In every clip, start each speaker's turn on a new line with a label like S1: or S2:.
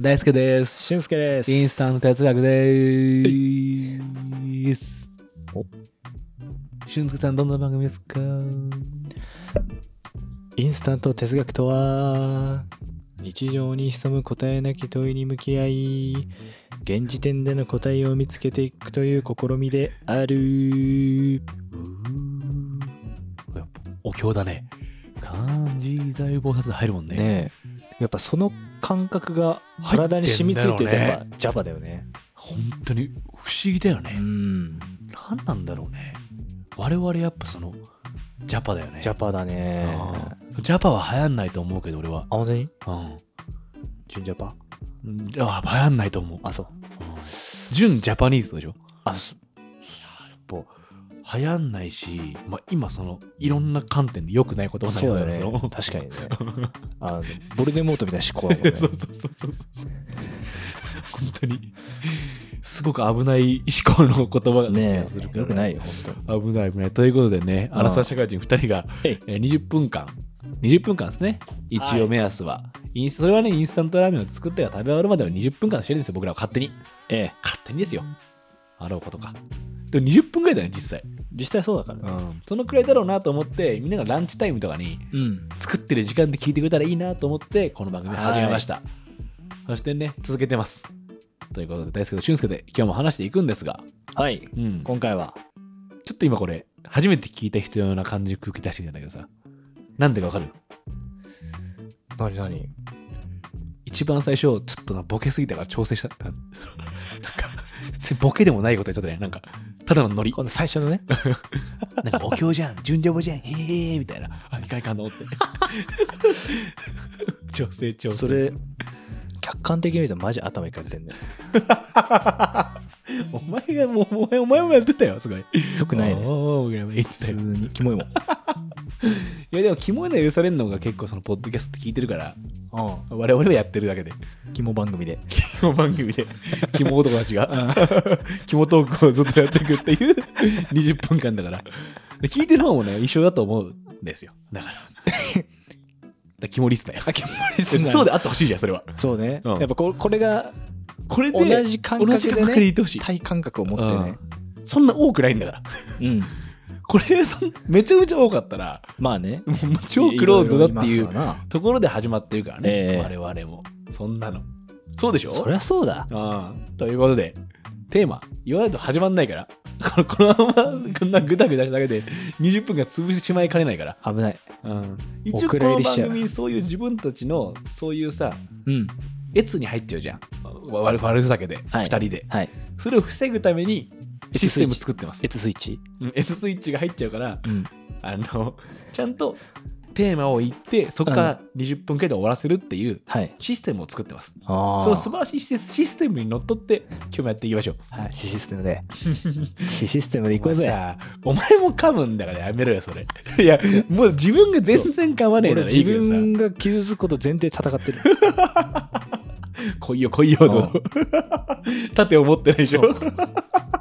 S1: 大輔です。
S2: 俊介です。
S1: インスタント哲学でーす。
S2: お
S1: 俊介さん、どんな番組ですか
S2: インスタント哲学とは、日常に潜む答えなき問いに向き合い、現時点での答えを見つけていくという試みである。
S1: やっぱお経だね。漢字財菩薩入るもんね。
S2: ねえ。やっぱその感覚が体に染みついてて、
S1: 入ってんだ
S2: や
S1: ろ
S2: っぱ Java だよね。
S1: 本当に不思議だよ
S2: う
S1: ね。
S2: ん。
S1: 何なんだろうね。我々やっぱその、ジャパだよね。
S2: Java だね。あ
S1: あ、ージャパは流行んないと思うけど、俺は。
S2: 本当に
S1: うん。
S2: 純 Java?
S1: あ流行んないと思う。
S2: あ、そう。
S1: 純ジャパニーズでしょ
S2: あ、そ
S1: やっぱ流行んないし、まあ、今そのいろんな観点で良くないことはない
S2: そうだね。
S1: そ
S2: 確
S1: の
S2: かにね。 あの、ボルデモートみたいな思考だもんね。
S1: そうそうそうそうそう本当にすごく危ない思考の言葉が
S2: ね
S1: するか
S2: え。
S1: ら
S2: よくないよ、本当に。
S1: 危ない危ないということでね
S2: ん
S1: アラサー社会人2人が、
S2: はい
S1: えー20分間20分間ですね一
S2: は
S1: 応
S2: い
S1: 目安は、インスそれはねインスタントラーメンを作ってから食べ終わるまでの20分間してるんですよ僕らは勝手に
S2: ええ。
S1: 勝手にですよあろうことかでも20分ぐらいだね実際
S2: 実際そうだからね。
S1: そのくらいだろうなと思ってみんながランチタイムとかに
S2: うん。
S1: 作ってる時間で聞いてくれたらいいなと思ってこの番組始めました、そしてね続けてますということで大輔と俊介で今日も話していくんですが、
S2: はい。
S1: うんちょ
S2: 今回は。
S1: っと今これ初めて聞いた人のような感じで空気出してきたんだけどさなんでかわかる
S2: 何何
S1: 一番最初ちょっとなボケすぎたから調整したなんかそれボケでもないこと言っちゃったねなんかただのノリ
S2: この最初のね。
S1: なんかお経じゃん、純情じゃん、へえみたいな。あ、いかんいかんのって。 調整調整。
S2: それ、客観的に見るとマジ頭いかれてんだよ。
S1: お前がもう、お前お前もやってたよ、すごい。
S2: よくないね。
S1: おー、言って
S2: 普
S1: た
S2: 通
S1: よ
S2: にキモいもん。
S1: いや、でも、キモいの許されるのが結構、その、ポッドキャストって聞いてるから、
S2: う
S1: 我々はやってるだけで。
S2: ん。キモ番 組で。
S1: キモ番組で、キモ男たちが、キモトークをずっとやっていくっていう20分間だから。で聞いてる方もね、一緒だと思うんですよ。だから。だからキモリスだよ。
S2: あ、キモリス
S1: そうであってほしいじゃん、それは。
S2: そうね。
S1: うん
S2: やっぱここれが
S1: これで
S2: 同じ感覚
S1: 同じ
S2: で
S1: 感覚でい
S2: ね
S1: てほしい、
S2: 体感覚を持ってね。
S1: うんそんな多くないんだから
S2: うん。
S1: これそんめちゃめちゃ多かったら
S2: まあ ね。
S1: もう超クローズだって
S2: ろ
S1: い
S2: ろ言ます
S1: う
S2: わな
S1: ところで始まってるからね、
S2: ええ
S1: 我々もそんなのそうでしょ
S2: そりゃそうだ。
S1: ああということでテーマ言わないと始まんないから このこのままこんなグダグダしただけで20分が潰してしまいかねないから、
S2: 危ない。
S1: うん、一応
S2: お
S1: こ
S2: 蔵入
S1: の
S2: りし
S1: 番
S2: ちゃう
S1: 組そういう自分たちのそういうさ
S2: うん。
S1: 越に入っちゃうじゃんわ悪悪ふざけで、
S2: はい
S1: 2人で
S2: はい。
S1: それを防ぐためにシステム作ってます
S2: エツスイッチ
S1: うん S スイッチが入っちゃうから
S2: うん。
S1: あのちゃんとテーマを言ってそこから20分くらいで終わらせるっていう
S2: はい。
S1: システムを作ってます
S2: ああ。
S1: その素晴らしいシスシステムにのっとって今日もやっていきましょう
S2: はい。システム で。シシステムで行こうぜ。
S1: さあお前も噛むんだからやめろよそれ いやもう自分が全然噛まねえな
S2: 俺
S1: らい
S2: 自
S1: いけどさ
S2: 分が傷つくこと前提で戦ってる。
S1: 来いよ来いよと 盾を持ってないでしょ
S2: そう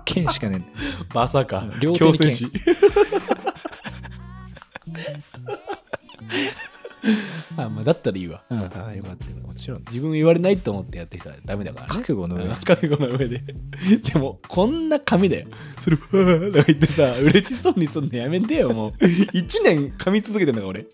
S2: 剣しかねえ。
S1: まさか
S2: 両手に剣
S1: 士あまあだったらいいわ、
S2: うん
S1: ああよかったよかった
S2: もちろん。
S1: 自分言われないと思ってやってきたらダメだからね
S2: 覚悟の上
S1: うん覚悟の上で でもこんな紙だよそれふわーとか言ってさ嬉しそうにすんのやめてよもう1年噛み続けてんだから俺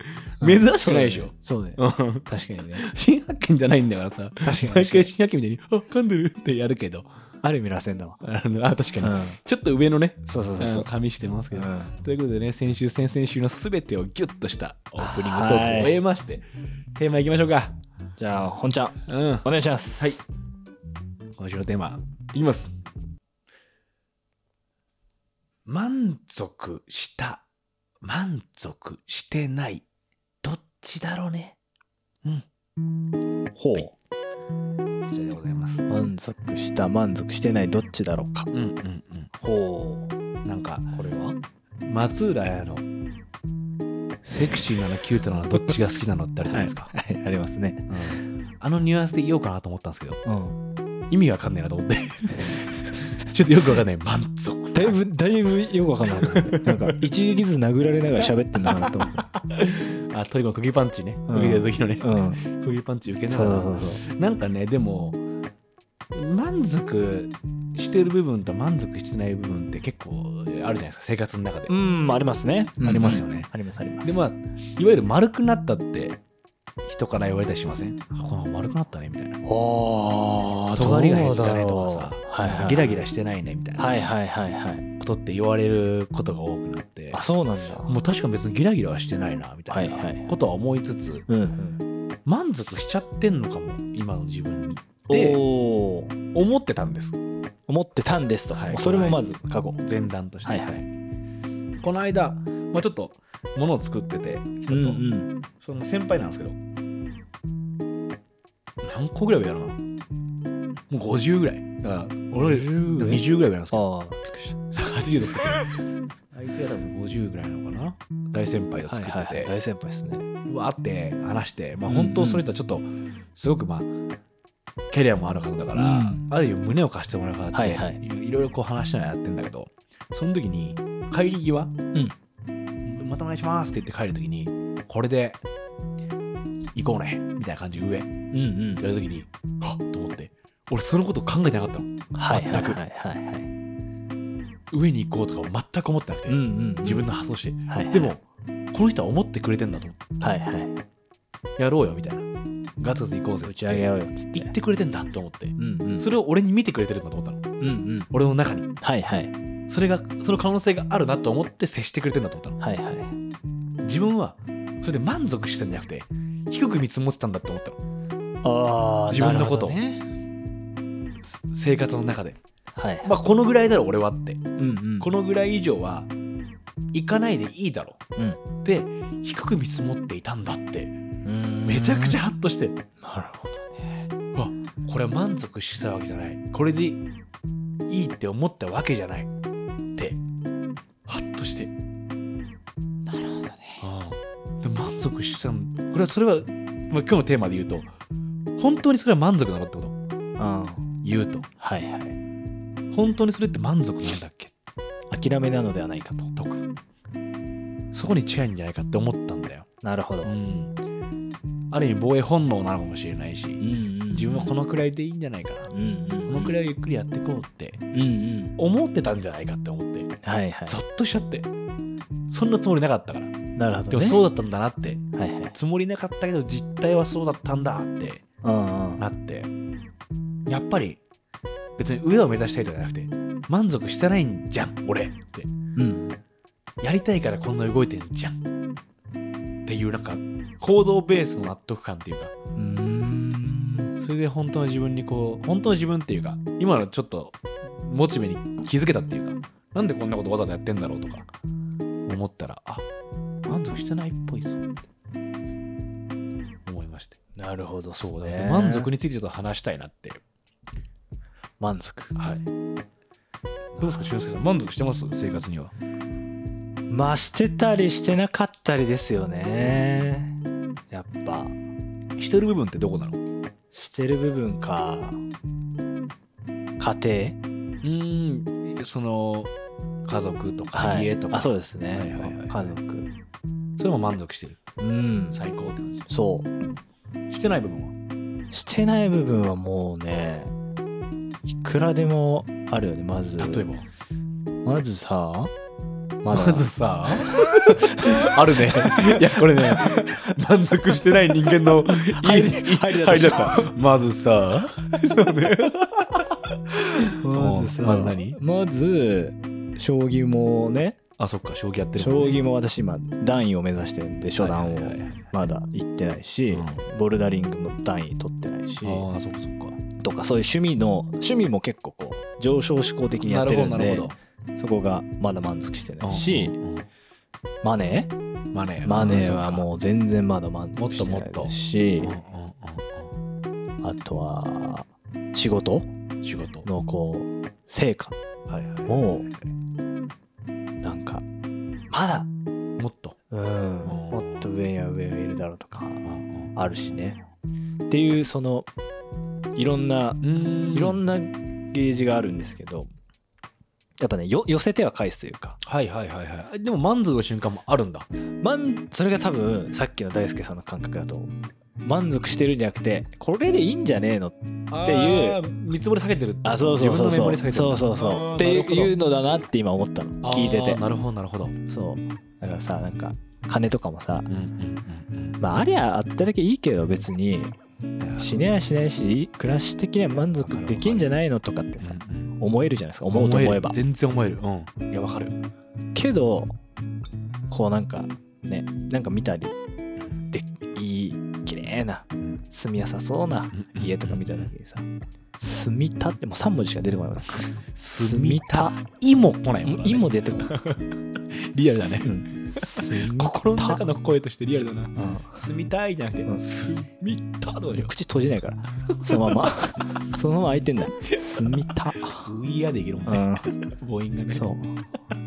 S1: 珍しくないでしょ
S2: そうだよね。
S1: うん
S2: 確かにね。
S1: 新発見じゃないんだからさ
S2: 確か
S1: 毎
S2: に。
S1: 回新発見みたいに「あ噛んでる」ってやるけど
S2: ある意味螺旋だわ。
S1: あのあ確かに、
S2: うん
S1: ちょっと上のね
S2: そうそうそう
S1: う
S2: そ
S1: ん
S2: う。
S1: 紙してますけど、
S2: うん
S1: ということでね先週先々週の全てをギュッとしたオープニングトークを
S2: はい
S1: 終えましてテーマいきましょうか
S2: じゃあ、本ちゃん、
S1: うん
S2: お願いします。
S1: はい。今週のテーマいきます満足した満足してないどっちだろうね
S2: ほう、
S1: こちらでございます
S2: 満足した、満足してない、どっちだろうか
S1: う。んうん
S2: ほう。
S1: うんなんか
S2: これは
S1: 松浦綾のセクシーなのキュートなのどっちが好きなのってあるじゃないですか、
S2: はい、ありますね。
S1: うんあのニュアンスで言おうかなと思ったんですけど
S2: うん。
S1: 意味わかんないなと思ってちょっとよくわかんない満足
S2: だいぶだいぶよくわかんなかったなんか一撃ずつ殴られながら喋ってんだなと思って
S1: あトリコの釘パンチね
S2: うん
S1: 受けた時のね、
S2: うん
S1: 釘パンチ受けな
S2: そ
S1: が
S2: う
S1: ら
S2: そうそうそう
S1: なんかねでも満足してる部分と満足してない部分って結構あるじゃないですか生活の中で、
S2: うん、ありますね。
S1: ありますよね
S2: うんあります、あります。
S1: でまあいわゆる丸くなったって人から言われたりしませんあこの子丸くなったねみたいな
S2: ああ、
S1: 尖りが減った
S2: どうだろ
S1: ね
S2: う
S1: とか
S2: はいはい、
S1: ギラギラしてないねみたいな
S2: はいはいはいはい。
S1: ことって言われることが多くなって
S2: あ、そうなんだ。
S1: もう確かに別にギラギラはしてないなみたい
S2: はいはい
S1: なことは思いつつ
S2: うんうん。
S1: 満足しちゃってんのかも今の自分にって
S2: おー
S1: 思ってたんです
S2: 思ってたんですと。
S1: はい
S2: もうそれもまず過去。
S1: 前段として、
S2: はいはい。
S1: この間、まあ、ちょっと物を作ってて人と、
S2: ん。
S1: その先輩なんですけど何個ぐらい上なのもう50ぐらいだから俺より
S2: 50上
S1: 20ぐらい上なんですけ
S2: あ
S1: ど
S2: あ、びっくりし
S1: 80ですけど相手は多分50ぐらいなのかな大先輩を
S2: た。は
S1: 作
S2: い
S1: って
S2: は
S1: て、
S2: いはい。大先輩ですね。
S1: わーって話して、まあ、
S2: うんうん
S1: 本当それとはちょっとすごくまあキャリアもある方だから、
S2: うん
S1: ある意味胸を貸してもらう形で、、
S2: はいはい
S1: ろいろこう話しながらやってんだけどその時に帰り際、またお願いしますって言って帰る時にこれで行こうねみたいな感じで上って
S2: うんうん。
S1: 言われた時にはっと思って俺そのこと考えてなかったの
S2: はいはいは
S1: 全
S2: い
S1: く
S2: はいはい。
S1: 上に行こうとか全く思ってなくて、
S2: うんうん。
S1: 自分の発想して
S2: はいはい。
S1: でもこの人は思ってくれてんだと思って
S2: はいはい。
S1: やろうよみたいなガツガツ行こうぜ
S2: 打ち上げようよっつって
S1: 言っ。てくれてんだと思って
S2: うんうん。
S1: それを俺に見てくれてるんだと思ったの
S2: うんうん。
S1: 俺の中に
S2: はいはい。
S1: それがその可能性があるなと思って接してくれてんだと思ったの
S2: はいはい。
S1: 自分はそれで満足してんじゃなくて低く見積もってたんだと思ったの
S2: ああ、
S1: 自分のこと
S2: なるほどね
S1: す生活の中で
S2: はいはい。
S1: まあこのぐらいだろ俺はって
S2: うんうん。
S1: このぐらい以上は行かないでいいだろ
S2: うん。
S1: って低く見積もっていたんだってめ
S2: め
S1: ちゃくちゃハッとして
S2: なるほどね
S1: わこれは満足してたわけじゃないこれでいいって思ったわけじゃないってハッとして
S2: なるほどね
S1: で満足したんこれはそれは、まあ、今日のテーマで言うと本当にそれは満足なのってこと
S2: うん
S1: 言うと
S2: はいは
S1: 本当にそれって満足なんだっけ
S2: い諦めなのではないかと
S1: とかそこに近いんじゃないかって思ったんだよ、
S2: なるほど
S1: うん、ある意味防衛本能なのかもしれないし、
S2: んうん
S1: 自分はこのくらいでいいんじゃないかな、
S2: うんうん
S1: このくらいをゆっくりやっていこうって
S2: うんうん
S1: 思ってたんじゃないかって思って
S2: はいはい
S1: ゾッとしちゃってそんなつもりなかったからで
S2: なるほど
S1: も
S2: ね
S1: そうだったんだなって
S2: はいはい
S1: つもりなかったけど実態はそうだったんだって
S2: うんうん
S1: なってやっぱり別に上を目指したいとかじゃなくて満足してないんじゃん俺って
S2: うん
S1: やりたいからこんな動いてんじゃんっていうなんか行動ベースの納得感っていうか
S2: うーん
S1: それで本当の自分にこう本当の自分っていうか今のちょっとモチベに気づけたっていうかなんでこんなことわざわざやってんだろうとか思ったらあ満足してないっぽいぞ思いまして
S2: なるほど
S1: そ
S2: そうう
S1: だ、
S2: ね
S1: 満足についてちょっと話したいなって
S2: 満足
S1: はい。どうですか、俊介さん、満足してます生活には。
S2: まあしてたりしてなかったりですよねやっぱ
S1: してる部分ってどこなのう
S2: してる部分か家庭
S1: ーん、その、家族とか、
S2: はい
S1: 家とか、
S2: あそうですね、
S1: はいはいはい
S2: 家族
S1: それも満足してる。
S2: うん
S1: 最高って感じ。
S2: そう
S1: してない部分は。
S2: してない部分はもうねいくらでもあるよねまず
S1: 例えば。
S2: まずさまだ
S1: まずさ、 あるね。いや、これね、満足してない人間の入り入りだ
S2: 入りだった
S1: った。まずさ、そうね。
S2: まずさ
S1: まず何
S2: まず将棋もね
S1: あ、そっか、将棋やってる
S2: 将棋も私今段位を目指してるんで初段を
S1: はいはいはいはい
S2: まだ行ってないし、
S1: うん
S2: ボルダリングも段位取ってないし
S1: もね。ああ、そっかそっか。
S2: とかそういう趣味の趣味も結構こう上昇志向的にやってるん
S1: なるほ
S2: で
S1: ど、なる
S2: そこがまだ満足して
S1: ほ
S2: な
S1: ど。
S2: いし、
S1: うん
S2: マネー
S1: マネー。
S2: マネーはもう全然まだ満
S1: もっ
S2: 足し
S1: と
S2: て
S1: も
S2: な
S1: っ
S2: い
S1: と
S2: ですし
S1: うんうんうん
S2: あとは仕事
S1: うん仕事
S2: のこう成果
S1: はいはい
S2: もなんかまだ
S1: もっと
S2: うんもっと上や上がいるだろうとか
S1: あ
S2: あるしねっていうそのいろんな
S1: うん
S2: いろんなゲージがあるんですけどやっぱねよ寄せては返すというか
S1: はいはいはいはいでも満足の瞬間もあるんだ
S2: 満それが多分さっきの大輔さんの感覚だと思う満足してるんじゃなくてこれでいいんじゃねえの
S1: って
S2: いう
S1: 見積もり下げてる
S2: あそうそうそう
S1: 自分
S2: そ
S1: の
S2: う
S1: 目盛り下げてる
S2: そうそうそうっていうのだなって今思ったの聞いてて
S1: あーなるほどなるほどうん
S2: そうだからさなんか金とかもさ
S1: うん
S2: まあありゃあっただけいいけど別に
S1: うんうん
S2: 死ねやしないし暮らし的には満足できんじゃないのとかってさ
S1: うん
S2: 思えるじゃないですか思うと思えば
S1: る全然思えるうんいやわかる
S2: けどこうなんかねなんか見たりでいい綺麗な住みやさそうな家とか見た時にさ「住みた」ってもう3文字しか出てこないわ
S1: 住
S2: 住
S1: み
S2: み
S1: た
S2: た」
S1: いも来ないもん
S2: も
S1: ね
S2: う「い」も出てこない
S1: リアルだね
S2: うん住みた
S1: 心の中の声としてリアルだな
S2: うん
S1: 住みたいじゃなくて
S2: うん
S1: 住みたとか
S2: で
S1: よ
S2: 口閉じないからそのま まそのまま開いてんだ住みた
S1: ウィアできるもん
S2: う
S1: ね
S2: ん
S1: 母音がね
S2: そう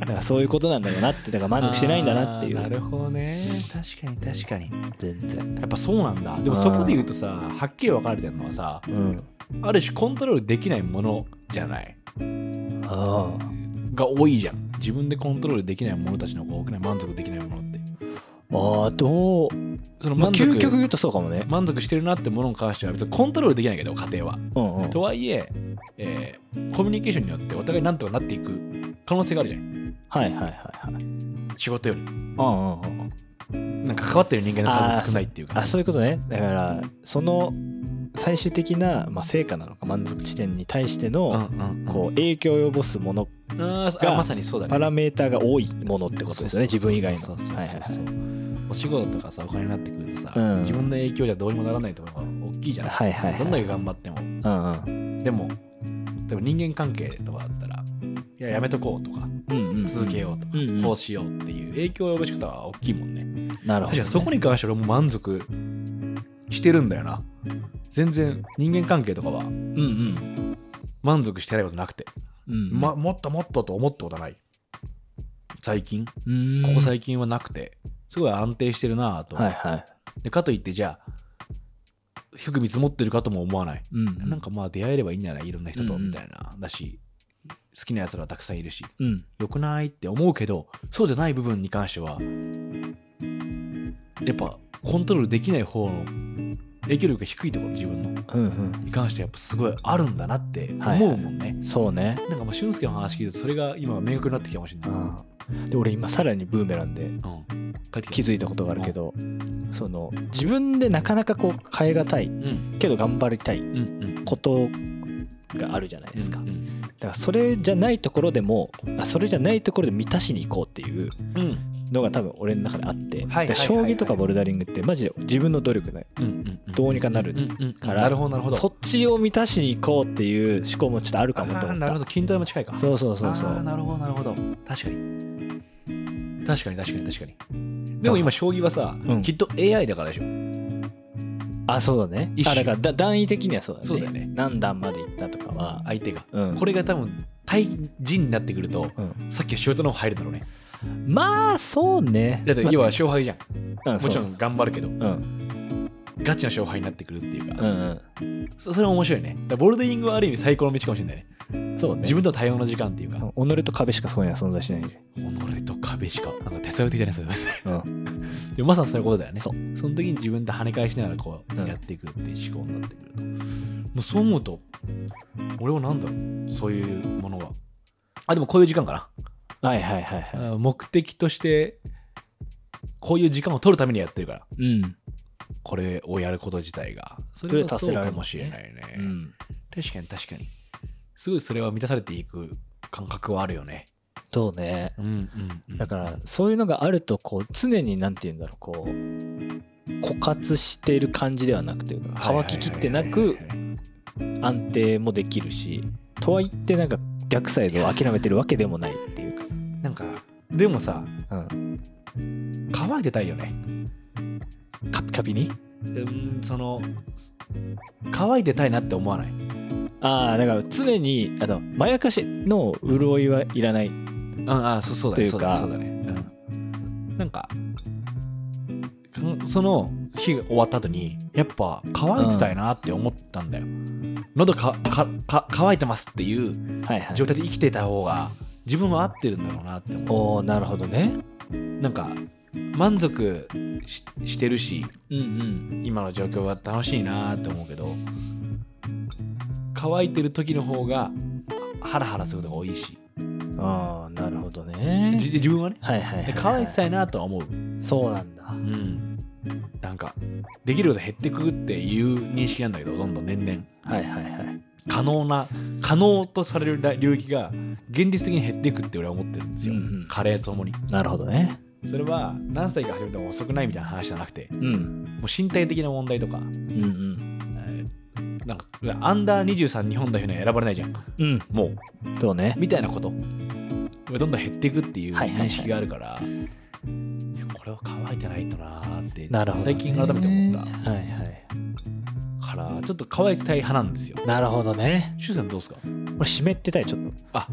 S2: だからそういうことなんだろうなってだから満足してないんだなってい
S1: あーな
S2: う
S1: るほどね確かに確かに
S2: 全然
S1: やっぱそうなんだでもそこで言うとさはっきり分かれてるのはさ
S2: うん
S1: ある種コントロールできないものじゃない
S2: ああ
S1: が多いじゃん自分でコントロールできないものたちの方が多くない満足できないものって
S2: あーどう
S1: その
S2: まあ
S1: 満足、
S2: 究極言うとそうかもね
S1: 満足してるなってものに関しては別にコントロールできないけど家庭は
S2: うんうん
S1: とはいええーコミュニケーションによってお互いなんとかなっていく可能性があるじゃん
S2: はいはいはいはい
S1: 仕事より
S2: うんうんうん
S1: なんか関わってる人間の数少ないっていうか
S2: あそういうことねだからその最終的な、まあ、成果なのか満足地点に対して
S1: うん
S2: の、
S1: うん
S2: こう影響を及ぼすもの
S1: うんあーあ
S2: が
S1: まさにそうだね
S2: パラメーターが多いものってことですよね自分以外
S1: そ
S2: の
S1: うそうそう
S2: は
S1: そう
S2: いはいはい
S1: お仕事とかさお金になってくるとさ、
S2: うん
S1: 自分の影響じゃどうにもならないところが大きいじゃない、
S2: はいはいはい
S1: どんだけ頑張っても
S2: うん
S1: でもでも人間関係とかだったらいややめとこうとか
S2: うんうんうん
S1: 続けようとか、
S2: うんうん
S1: こうしようっていう影響を及ぼし方は大きいもんね
S2: なるほど、
S1: 確かにそこに関しては俺も満足してるんだよな全然人間関係とかは
S2: うんうん
S1: 満足してないことなくて、
S2: うん
S1: ま、もっともっとと思ったことはない最近こ
S2: うん
S1: こ最近はなくてすごい安定してるなぁと、
S2: はいはい
S1: でかといってじゃあ低く見積もってるかとも思わない、
S2: うん
S1: なんかまあ出会えればいいんじゃないいろんな人と
S2: うんうん
S1: みたいな、だし好きなやつらたくさんいるし
S2: うん
S1: よくないって思うけどそうじゃない部分に関してはやっぱコントロールできない方の影響力が低いところ自分の
S2: うんうん
S1: に関してやっぱすごいあるんだなって
S2: はいはい
S1: 思うもんね、
S2: そうね
S1: なんかまあ俊介の話聞いてるとそれが今明確になってきたかもしれない、
S2: うんで俺今さらにブーメランで
S1: うん、帰って
S2: 気
S1: き
S2: づいたことがあるけどその自分でなかなかこう変えがたい
S1: たうん
S2: けど頑張りたい
S1: うんうん
S2: ことがあるじゃないですか、
S1: うん
S2: だからそれじゃないところでもあそれじゃないところで満たしに行こうっていう
S1: うん
S2: のが多分俺の中であって、
S1: はいはいはいはい
S2: だから将棋とかボルダリングってマジで自分の努力ない
S1: うんうんうん
S2: どうにかなる
S1: うんうん
S2: から
S1: なるほどなるほど
S2: そっちを満たしに行こうっていう思考もちょっとあるかもと思
S1: あー
S2: っ
S1: なるほ
S2: た
S1: ど筋トレも近いか
S2: そうそうそうそ
S1: あー
S2: う
S1: なるほどなるほど確かに確かに確かに確かにでも今将棋はさ、
S2: うん
S1: きっと AI だからでしょ
S2: あそうだね
S1: 一緒
S2: あだからだ段位的にはそうだね
S1: そうだよね
S2: 何段まで行ったとかは、
S1: 相手が、
S2: うん
S1: これが多分対人になってくると
S2: うん
S1: さっきは仕事の方入るだろうね
S2: まあそうね
S1: だって要は勝敗じゃん、
S2: まあうん
S1: もちろ
S2: そ
S1: ん頑張るけど
S2: ううん
S1: ガチな勝敗になってくるっていうか、
S2: うん
S1: そそれは面白いねだからボルディングはある意味最高の道かもしれないね
S2: うんそうね
S1: 自分との対応の時間っていうか、
S2: うん己と壁しかそこには存在しない
S1: 己と壁しかなんか哲学的だねそれ
S2: うん
S1: でもまさにそういうことだよね。
S2: そう
S1: その時に自分で跳ね返しながらこ
S2: うん
S1: うやっていくっていう思考になってくると。もうそう思うと、俺はなんだろう、そういうものは。あ、でもこういう時間か
S2: はいはいはいはい
S1: な。あ目的として、こういう時間を取るためにやってるから、
S2: うん
S1: これをやること自体が。そ
S2: れ
S1: れ
S2: は
S1: は
S2: 達
S1: そ
S2: せ
S1: う
S2: られ
S1: か
S2: るも
S1: も
S2: んね
S1: しれないね。
S2: うん
S1: 確かに確かに。すごいそれは満たされていく感覚はあるよね。
S2: そうね
S1: うんうん、うん。
S2: だからそういうのがあるとこう常になんて言うんだろうこう枯渇している感じではなくというか乾ききってな
S1: はいはい
S2: く
S1: はいはいはい
S2: 安定もできるしとはいってなんか逆サイドを諦めてるわけでもないっていうかさ
S1: なんか、でもさ、
S2: うん
S1: 乾いてたいよね。
S2: カピカピに
S1: うんその乾いてたいなって思わない
S2: ああだから常にあのまやかしの潤いはいらない
S1: ああそそう
S2: だね
S1: そ
S2: そうう
S1: だねうん、なんかかその日が終わった後にやっぱ乾いてたいなって思ったんだよ、喉かかか乾いてますっていう
S2: はいはい
S1: 状態で生きてた方が自分は合ってるんだろうなって思
S2: おおなるほどね
S1: うなんか満足ししてるし
S2: うんうん
S1: 今の状況は楽しいなって思うけど乾いてる時の方があハラハラすることが多いし
S2: ああなるほどね
S1: じ自分はね
S2: はいはいはいはい
S1: で乾いてたいなとは思う、
S2: そうなんだ
S1: うん、なんかできること減ってくっていう認識なんだけどどんどん年々
S2: はいはいはい
S1: 可能な可能とされる領域が現実的に減っていくって俺は思ってるんですよ、
S2: うんうん
S1: カレーとともに
S2: なるほどね
S1: それは何歳から始めても遅くないみたいな話じゃなくて
S2: うん
S1: もう身体的な問題とか、
S2: うんうん
S1: えーなんかアンダー23日本代表には選ばれないじゃん
S2: うん
S1: もう
S2: そうね
S1: みたいなことがどんどん減っていくっていう
S2: はいはいはい
S1: 認識があるから、いやこれは乾いてないとなーって
S2: なるほどね、
S1: 最近改めて思った
S2: はいはい
S1: からちょっと乾いてたい派なんですよ
S2: なるほどね
S1: シュウさんどうですか
S2: 俺湿って たいちょっと
S1: あ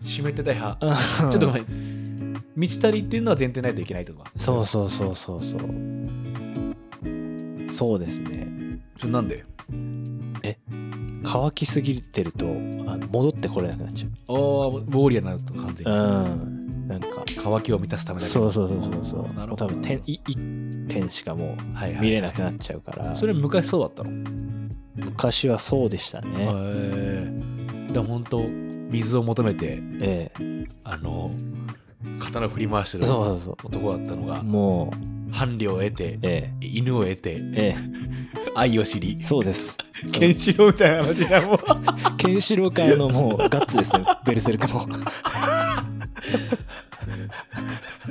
S1: 湿ってたい派
S2: ちょ
S1: ちょっとごめん満ち足りっていうのは前提ないといけないとか
S2: そうそうそうそうそうそうですね
S1: ちょなんで
S2: 乾きすぎてるとあの戻ってこれなくなっちゃ
S1: ああウォーリアーになると完全
S2: う
S1: に
S2: うんなんか
S1: 乾きを満たすためだけ
S2: そうそうそうそうそう
S1: あーなるほど
S2: 多分点い一点しかも
S1: はいうはい
S2: 見れなくなっちゃうから、
S1: それ昔そうだったの
S2: 昔はそうでしたね、
S1: へえでも本当水を求めて
S2: ええ
S1: あの刀振り回してる
S2: そうそうそ
S1: 男だったのが
S2: うもう
S1: 伴侶を得て
S2: え
S1: 犬を得て
S2: ええ
S1: 愛を知り
S2: えそうです
S1: ケンシロウみたいな話だもん
S2: ケンシロウからのもうガッツです ねベルセルクの
S1: す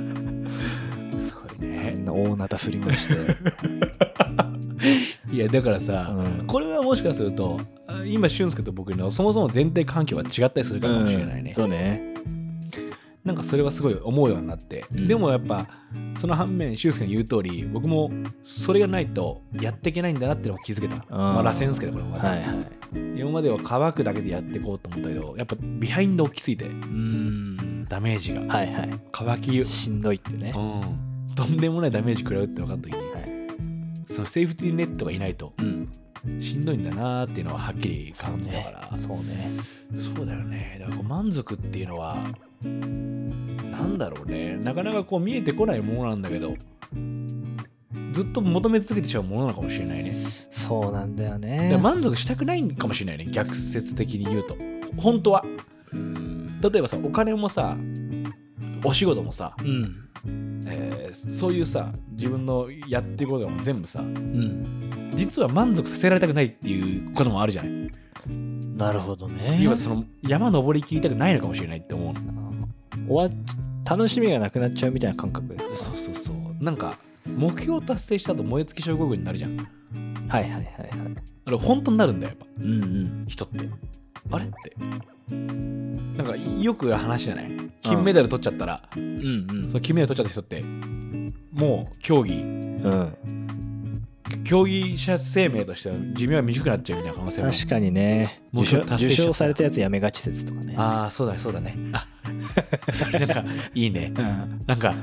S1: ごいね
S2: 大なた振り回 して、
S1: いやだからさ、
S2: うん
S1: これはもしかするとあ今俊介と僕のそもそも前提環境は違ったりするかもしれないね、
S2: そうね
S1: なんかそれはすごい思うようになって、
S2: うん
S1: でもやっぱその反面俊介の言う通り僕もそれがないとやっていけないんだなっていうのを気づけた、まあ、螺旋ですけどこれもまた、
S2: はいはい
S1: 今までは乾くだけでやっていこうと思ったけどやっぱビハインド大きすぎて
S2: うん
S1: ダメージが
S2: はいはい
S1: 乾き、
S2: しんどいってね
S1: うん、とんでもないダメージ食らうって分かった時に、
S2: はい
S1: そのセーフティーネットがいないと
S2: うん
S1: しんどいんだなーっていうのははっきり感じたから
S2: そうね
S1: そうだよねだからこう満足っていうのはなんだろうねなかなかこう見えてこないものなんだけどずっと求め続けてしまうものなのかもしれないね
S2: そうなんだよ
S1: だ
S2: ね
S1: から満足したくないかもしれないね逆説的に言うと本当は
S2: うん
S1: 例えばさお金もさお仕事もさ、
S2: うん
S1: えーそういうさ自分のやっていくことも全部さ
S2: うん
S1: 実は満足させられたくないっていうこともあるじゃない
S2: なるほどね
S1: 要はその山登りきりたくないのかもしれないって思うの
S2: 終わっ楽しみがなくなっちゃうみたいな感覚です
S1: そうそうそうなんか目標を達成した後燃え尽き症候群になるじゃん
S2: かはいはいはいはい
S1: あれ本当になるんだよやっぱ
S2: うんうん
S1: 人ってあれってなんかよく話じゃない金メダル取っちゃったら、
S2: うんうん
S1: その金メダル取っちゃった人ってもう競技
S2: うん
S1: 競技者生命としては寿命は短くなっちゃうみたいな可能性も
S2: 確かにね
S1: もう
S2: 受賞
S1: ちょっと達
S2: 受
S1: 成しちゃっ
S2: 賞
S1: た
S2: されたやつやめがち説とかね
S1: ああそうだねそうだねあ それなんかいいね
S2: うん
S1: なんか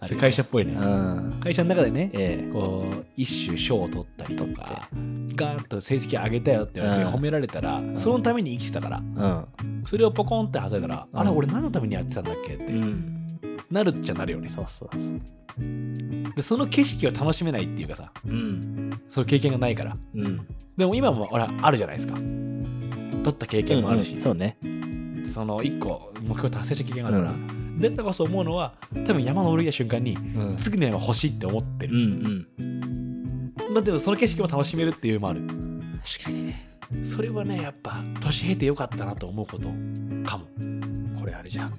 S2: あ
S1: それ
S2: る
S1: 会社っぽいね
S2: うん
S1: 会社の中でね
S2: ええ
S1: こう一種賞を取ったりとかガーッと成績上げたよって言われて
S2: うん
S1: 褒められたら、
S2: ん
S1: そのために生きてたから
S2: うん
S1: それをポコンって外れたら、
S2: うん
S1: あれ俺何のためにやってたんだっけって、
S2: うん
S1: なるっちゃなるよね
S2: そうそうそう
S1: でその景色を楽しめないっていうかさ
S2: うん
S1: その経験がないから
S2: うん
S1: でも今もほらあるじゃないですか取った経験もあるし、
S2: うんうんそうね
S1: その1個目標達成した経験があるから、だからこそ思うのは多分山登りた瞬間に
S2: うん
S1: 次の山欲しいって思って
S2: う
S1: る、
S2: ん
S1: まあでもその景色も楽しめるっていうのもある
S2: 確かにね
S1: それはねやっぱ年経てよかったなと思うことかも
S2: これあれじゃん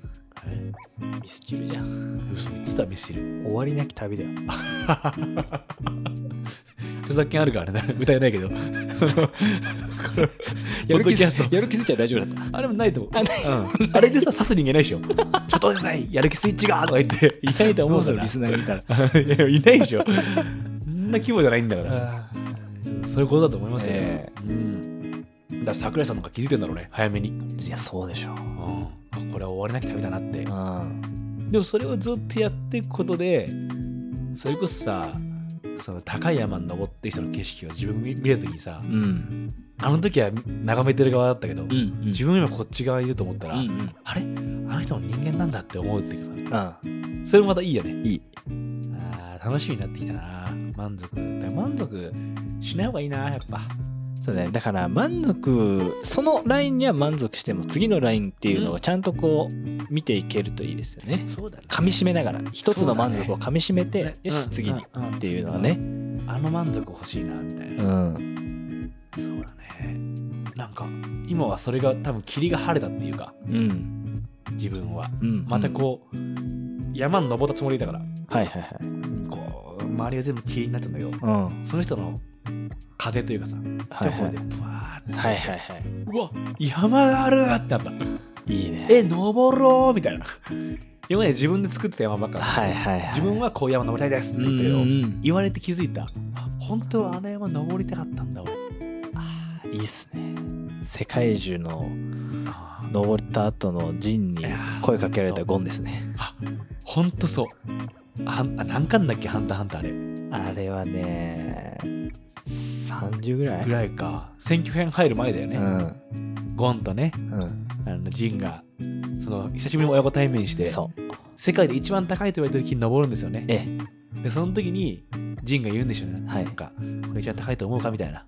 S2: ミスチルじゃん
S1: 嘘言ってたミスチル
S2: 終わりなき旅だよ
S1: 著作権あるからね 歌えないけどこ
S2: やる
S1: れポッド
S2: 気
S1: キ
S2: づ
S1: ャスト
S2: やる気づいちゃ大丈夫だっ
S1: あれもないと思ううん あれでさ刺す人間ないでしょちょっと待ってくださいやる気スイッチがとか言っていないと
S2: たど
S1: 思
S2: う
S1: う
S2: す
S1: か
S2: る
S1: ら
S2: リスナー見たら
S1: いやいないでしょそんな規模じゃないんだからそういうことだと思いますよ、
S2: え
S1: うんだから桜井さんなんか気づいてんだろうね早めに、
S2: いやそうでしょう
S1: あこれは終わりなき旅だなって
S2: うん
S1: でもそれをずっとやっていくことでそれこそさその高い山に登ってる人の景色を自分見見れた時にさ
S2: うん
S1: あの時は眺めてる側だったけど、
S2: うんうん
S1: 自分よりもこっち側にいると思ったら、
S2: うんうん
S1: あれあの人も人間なんだって思うっていうか
S2: あ
S1: さ
S2: あ
S1: それもまたいいよね
S2: いい
S1: あー楽しみになってきたな満足だから満足しない方がいいなやっぱ
S2: そうねだから満足そのラインには満足しても次のラインっていうのをちゃんとこう見ていけるといいですよね
S1: そうだね
S2: 噛み締めながら一つの満足を噛み締めて、
S1: ね
S2: よ
S1: う
S2: し
S1: ん
S2: 次に
S1: うん
S2: っていうのはね
S1: あの満足欲しいなみたいな、
S2: うん
S1: そうだねなんか今はそれが多分霧が晴れたっていうか
S2: うん
S1: 自分は
S2: うん
S1: またこう、山に登ったつもりだから
S2: うんはいはいはい
S1: こう周りが全部霧になったんだけど
S2: うん
S1: その人の風というかさ、
S2: はいはい
S1: どこでブワーって、
S2: はいはいは
S1: うわ山があるってなった
S2: いいいね
S1: え登ろうみたいな今まで自分で作ってた山ばっかだった
S2: はいはいはい
S1: 自分はこういう山登りたいですって
S2: う
S1: 言
S2: ん
S1: ったけ
S2: う
S1: ど、
S2: ん
S1: 言われて気づいたあ本当はあの山登りたかったんだ俺
S2: ああいいっすね世界中の
S1: あー
S2: 登った後のジンに
S1: いやー
S2: 声かけられたゴンですね
S1: あ本当そうああ何巻だっけハンターハンターあれ
S2: あれはね30ぐらい
S1: ぐらいか選挙編入る前だよね、ゴンとね
S2: うんうん
S1: あのジンがその久しぶりに親子対面して
S2: そう
S1: 世界で一番高いと言われてる木に登るんですよね
S2: え
S1: でその時にジンが言うんでしょうね、
S2: はい
S1: なんかこれ一番高いと思うかみたいな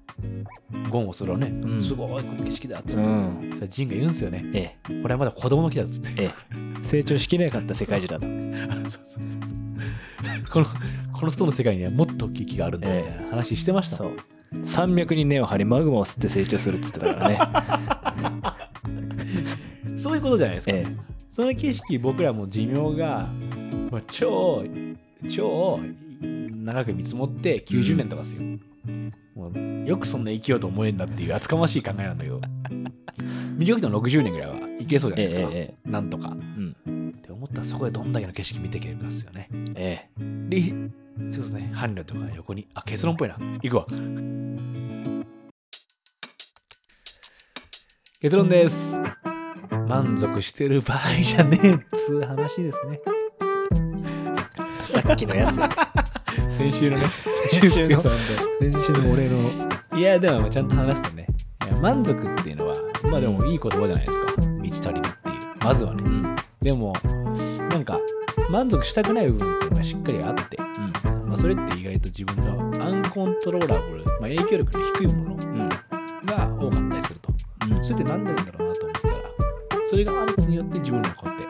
S1: ゴンをそれをね、
S2: うん
S1: すごいこの景色だっつ
S2: う
S1: って、
S2: ん
S1: そしたらジンが言うんですよね
S2: ええ
S1: これはまだ子供の木だっつって
S2: ええ成長しきれなかった世界中だと
S1: あ そうそうそうそうこのこの人の世界にはもっと大きい木があるんだみたいな話してました
S2: そ
S1: もん、
S2: う山脈に根を張りマグマを吸って成長するっつってたからね
S1: そういうことじゃないですか、
S2: え
S1: その景色僕らも寿命が、まあ、超超長く見積もって90年とかですよ、もうよくそんな生きようと思えんだっていう厚かましい考えなんだ けど短くても60年ぐらいは生きれそうじ
S2: ええ
S1: ゃないですか、
S2: え
S1: なんとか
S2: えうん
S1: って思ったらそこでどんだけの景色見ていけるかですよね
S2: え
S1: でそうですね伴侶とか横にあ結論っぽいな行くわ結論です満足してる場合じゃねえっつう話ですね
S2: えさっきのやつ
S1: 先週のね
S2: 先週の
S1: さん
S2: 先週の俺の
S1: でいやでもまあちゃんと話すとねいや満足っていうのはまあでもいい言葉じゃないですか満ち足りるっていうまずはね
S2: うんうん
S1: でもなんか満足したくない部分っていうのがしっかりあってまあ、それって意外と自分のアンコントローラブル、まあ、影響力の低いもの
S2: うん
S1: が多かったりすると
S2: うん
S1: それって何でなんだろうなと思ったらそれがあることによって自分らこうやって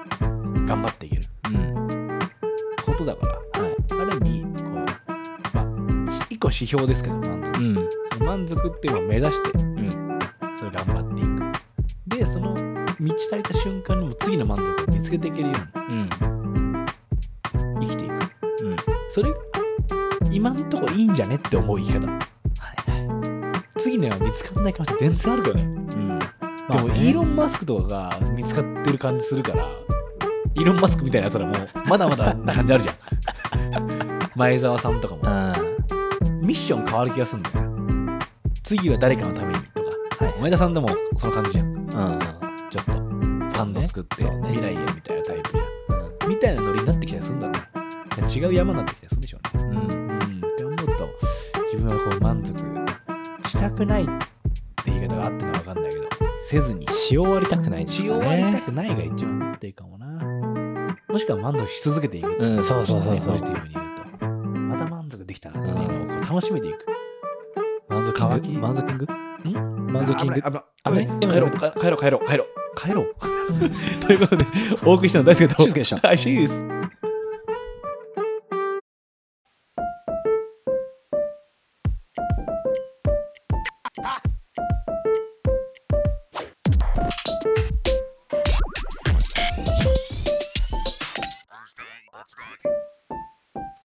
S1: 頑張っていける
S2: うん
S1: ことだから
S2: はい
S1: ある意味こう、まあ、一個指標ですけど満足
S2: うん
S1: その満足っていうのを目指して
S2: うん
S1: それ頑張っていくでその満ち足りた瞬間にも次の満足を見つけていけるよう
S2: うん
S1: に生きていく
S2: うん
S1: それが今んとこいいんじゃねって思う言い方
S2: はいは
S1: 次のは見つかんない可能性全然あるけどね
S2: いうん
S1: でも、イーロ
S2: ン
S1: ン・マスクとかが見つかってる感じするから、イーロン・マスクみたいなやつらも、まだまだな感じあるじゃん。前澤さん とかも。
S2: あー
S1: ミッション変わる気がするんだよ。次は誰かのためにとか。
S2: はい
S1: 前田さんでもその感じじゃん。
S2: うん
S1: ちょっと、ファンド作って、
S2: そうね
S1: 未来へみたいなタイプじゃ
S2: うん
S1: ん。みたいなノリになってきたりするんだろうね。違う山になってきたりするんでしょうね。
S2: うん
S1: うん。って思うと、自分はこう満足したくないって言い方があってのは分かんないけど、せずに。
S2: し終わりたくないんです
S1: し
S2: よ
S1: 終わりた
S2: ね
S1: くないが一番っていうかもな。もしくは満足し続けていく。
S2: うんそうそうそう
S1: ポジ
S2: そ
S1: テ
S2: う
S1: ィブに言うと。また満足できたなっていうのをこう楽しめていく。
S2: 満足
S1: 乾
S2: キ
S1: き
S2: ング満足キング
S1: ん
S2: 満足キング
S1: 危ない
S2: 危ない危
S1: 危ない 帰ろう、帰ろう、帰ろう、帰ろう。帰ろうということで、お送りしたの大好きだと。
S2: 俊介でした
S1: はい、シュース。